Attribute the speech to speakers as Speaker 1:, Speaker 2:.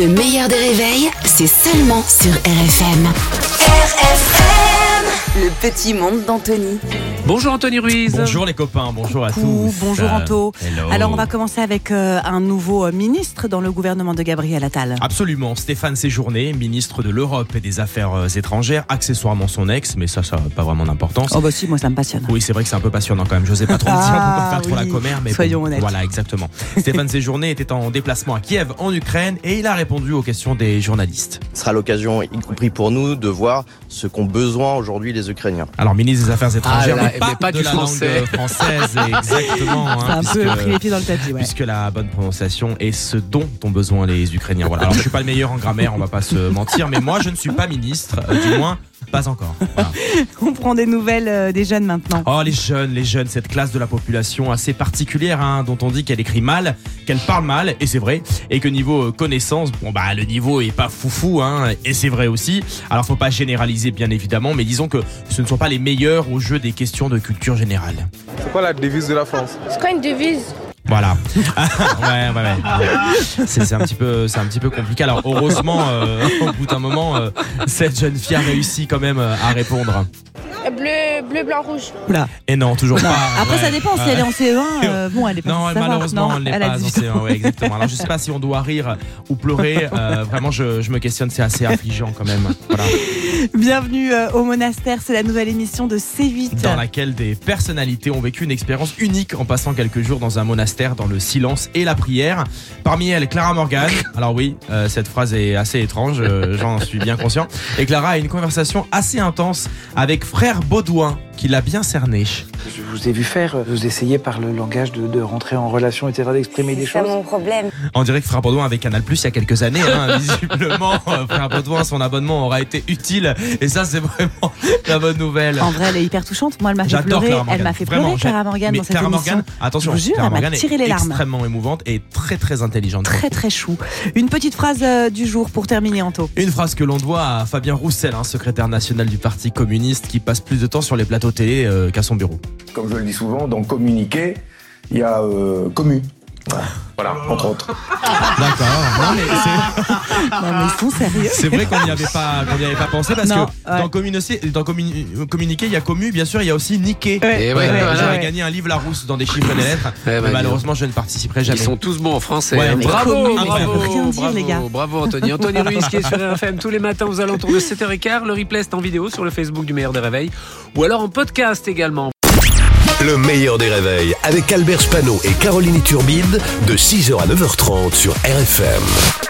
Speaker 1: Le meilleur des réveils, c'est seulement sur RFM. RFM Le petit monde d'Anthony.
Speaker 2: Bonjour Anthony Ruiz.
Speaker 3: Bonjour les copains, bonjour à
Speaker 4: Coucou,
Speaker 3: tous.
Speaker 4: bonjour
Speaker 3: Euh,
Speaker 4: Anto.
Speaker 3: hello.
Speaker 4: Alors on va commencer avec euh, un nouveau euh, ministre dans le gouvernement de Gabriel Attal.
Speaker 3: Absolument, Stéphane Séjourné, ministre de l'Europe et des Affaires euh, étrangères, accessoirement son ex, mais ça, ça n'a pas vraiment d'importance.
Speaker 4: Oh bah si, moi ça me passionne.
Speaker 3: Oui, c'est vrai que c'est un peu passionnant quand même. Je sais pas trop me dire, on peut pas
Speaker 4: Ah,
Speaker 3: faire trop la
Speaker 4: oui.
Speaker 3: commère, mais
Speaker 4: Soyons honnêtes.
Speaker 3: Voilà, exactement. Stéphane Séjourné était en déplacement à Kiev, en Ukraine, et il a répondu aux questions des journalistes.
Speaker 5: Ce sera l'occasion, y compris pour nous, de voir ce qu'ont besoin aujourd'hui les Ukrainiens.
Speaker 3: Alors, ministre des Affaires étrangères,
Speaker 2: Ah là,
Speaker 3: mais pas,
Speaker 2: mais pas
Speaker 3: de
Speaker 2: du
Speaker 3: la
Speaker 2: français.
Speaker 3: langue euh, française, exactement. hein,
Speaker 4: Ça Ah, a un peu
Speaker 3: puisque-
Speaker 4: pris les pieds dans le tapis, ouais.
Speaker 3: puisque la bonne prononciation est ce dont ont besoin les Ukrainiens. Voilà. Alors je suis pas le meilleur en grammaire, on va pas se mentir, mais moi je ne suis pas ministre, euh, du moins pas encore. Voilà.
Speaker 4: On prend des nouvelles euh, des jeunes maintenant.
Speaker 3: Oh les jeunes, les jeunes, cette classe de la population assez particulière, hein, dont on dit qu'elle écrit mal, qu'elle parle mal, et c'est vrai, et que niveau euh, connaissance, bon bah le niveau est pas foufou, hein, et c'est vrai aussi. Alors faut pas généraliser bien évidemment, mais disons que ce ne sont pas les meilleurs au jeu des questions de culture générale.
Speaker 6: C'est quoi la devise de la France
Speaker 7: C'est quoi une devise
Speaker 3: Voilà. ouais, ouais, ouais. C'est c'est un petit peu, c'est un petit peu compliqué. Alors heureusement, euh, au bout d'un moment, euh, cette jeune fille a réussi quand même euh, à répondre.
Speaker 7: Bleu, bleu, blanc, rouge.
Speaker 4: Oula.
Speaker 3: Et non, toujours pas.
Speaker 4: Après
Speaker 3: Ouais.
Speaker 4: ça dépend, si
Speaker 3: Ouais.
Speaker 4: elle est en CE1, euh, bon elle est pas
Speaker 3: Non,
Speaker 4: censée savoir.
Speaker 3: malheureusement,
Speaker 4: Non,
Speaker 3: elle n'est
Speaker 4: elle a
Speaker 3: pas E
Speaker 4: 18
Speaker 3: annoncée.
Speaker 4: ans.
Speaker 3: Ouais, exactement. Alors, je sais pas si on doit rire ou pleurer. Euh, vraiment, je, je me questionne. C'est assez affligeant quand même. Voilà.
Speaker 4: Bienvenue euh, au monastère, c'est la nouvelle émission de C8.
Speaker 3: dans laquelle des personnalités ont vécu une expérience unique en passant quelques jours dans un monastère dans le silence et la prière. Parmi elles, Clara Morgan. Alors oui, euh, cette phrase est assez étrange, euh, j'en suis bien conscient. Et Clara a une conversation assez intense avec frère Baudouin, qui l'a bien cerné.
Speaker 8: Je vous ai vu faire, euh, vous essayez par le langage de, de rentrer en relation, etc., d'exprimer des
Speaker 9: C'est
Speaker 8: choses.
Speaker 9: mon problème.
Speaker 3: On dirait que frère Baudouin avait Canal Plus il y a quelques années. hein. visiblement, euh, frère Baudouin, son abonnement aura été utile. Et ça, c'est vraiment la bonne nouvelle.
Speaker 4: En vrai, elle est hyper touchante. Moi, elle m'a fait
Speaker 3: J'adore
Speaker 4: pleurer.
Speaker 3: Clara Morgan.
Speaker 4: Elle m'a fait
Speaker 3: Vraiment,
Speaker 4: pleurer,
Speaker 3: j'ai-
Speaker 4: Clara Morgan,
Speaker 3: Mais
Speaker 4: dans cette
Speaker 3: Clara
Speaker 4: émission.
Speaker 3: Morgan, attention,
Speaker 4: Je vous jure,
Speaker 3: Clara
Speaker 4: elle m'a
Speaker 3: Morgan est
Speaker 4: tiré les larmes.
Speaker 3: extrêmement émouvante et très très intelligente.
Speaker 4: Très, très chou. Une petite phrase euh, du jour pour terminer, Anto.
Speaker 3: Une phrase que l'on doit à Fabien Roussel, un secrétaire national du Parti communiste qui passe plus de temps sur les plateaux télé euh, qu'à son bureau.
Speaker 10: comme je le dis souvent, dans communiquer, il y a euh, commu. Voilà, entre autres.
Speaker 3: D'accord. Non mais c'est-
Speaker 4: Non, mais ils sont sérieux.
Speaker 3: c'est vrai qu'on n'y avait pas qu'on n'y avait pas pensé parce
Speaker 4: Non,
Speaker 3: que
Speaker 4: ouais.
Speaker 3: dans, communiquer, dans communi- communiquer, il y a commu, bien sûr, il y a aussi niquer.
Speaker 2: Et
Speaker 3: Ouais,
Speaker 2: ouais,
Speaker 4: ouais,
Speaker 2: voilà.
Speaker 3: J'aurais
Speaker 4: ouais.
Speaker 3: gagné un livre Larousse dans des chiffres et des lettres,
Speaker 2: Ouais,
Speaker 3: mais
Speaker 2: bah,
Speaker 3: malheureusement je ne participerai
Speaker 2: Ils
Speaker 3: jamais.
Speaker 2: sont tous bons en français.
Speaker 3: Ouais,
Speaker 2: hein.
Speaker 3: mais
Speaker 2: bravo,
Speaker 3: comment ils
Speaker 2: bravo,
Speaker 4: peuvent rien dire,
Speaker 2: bravo,
Speaker 4: les gars.
Speaker 2: bravo, Anthony. Anthony Ruiz qui est sur RFM tous les matins aux alentours de 7h15. Le replay est en vidéo sur le Facebook du Meilleur des Réveils ou alors en podcast également.
Speaker 11: Le meilleur des réveils avec Albert Spano et Caroline Turbide de 6h à 9h30 sur RFM.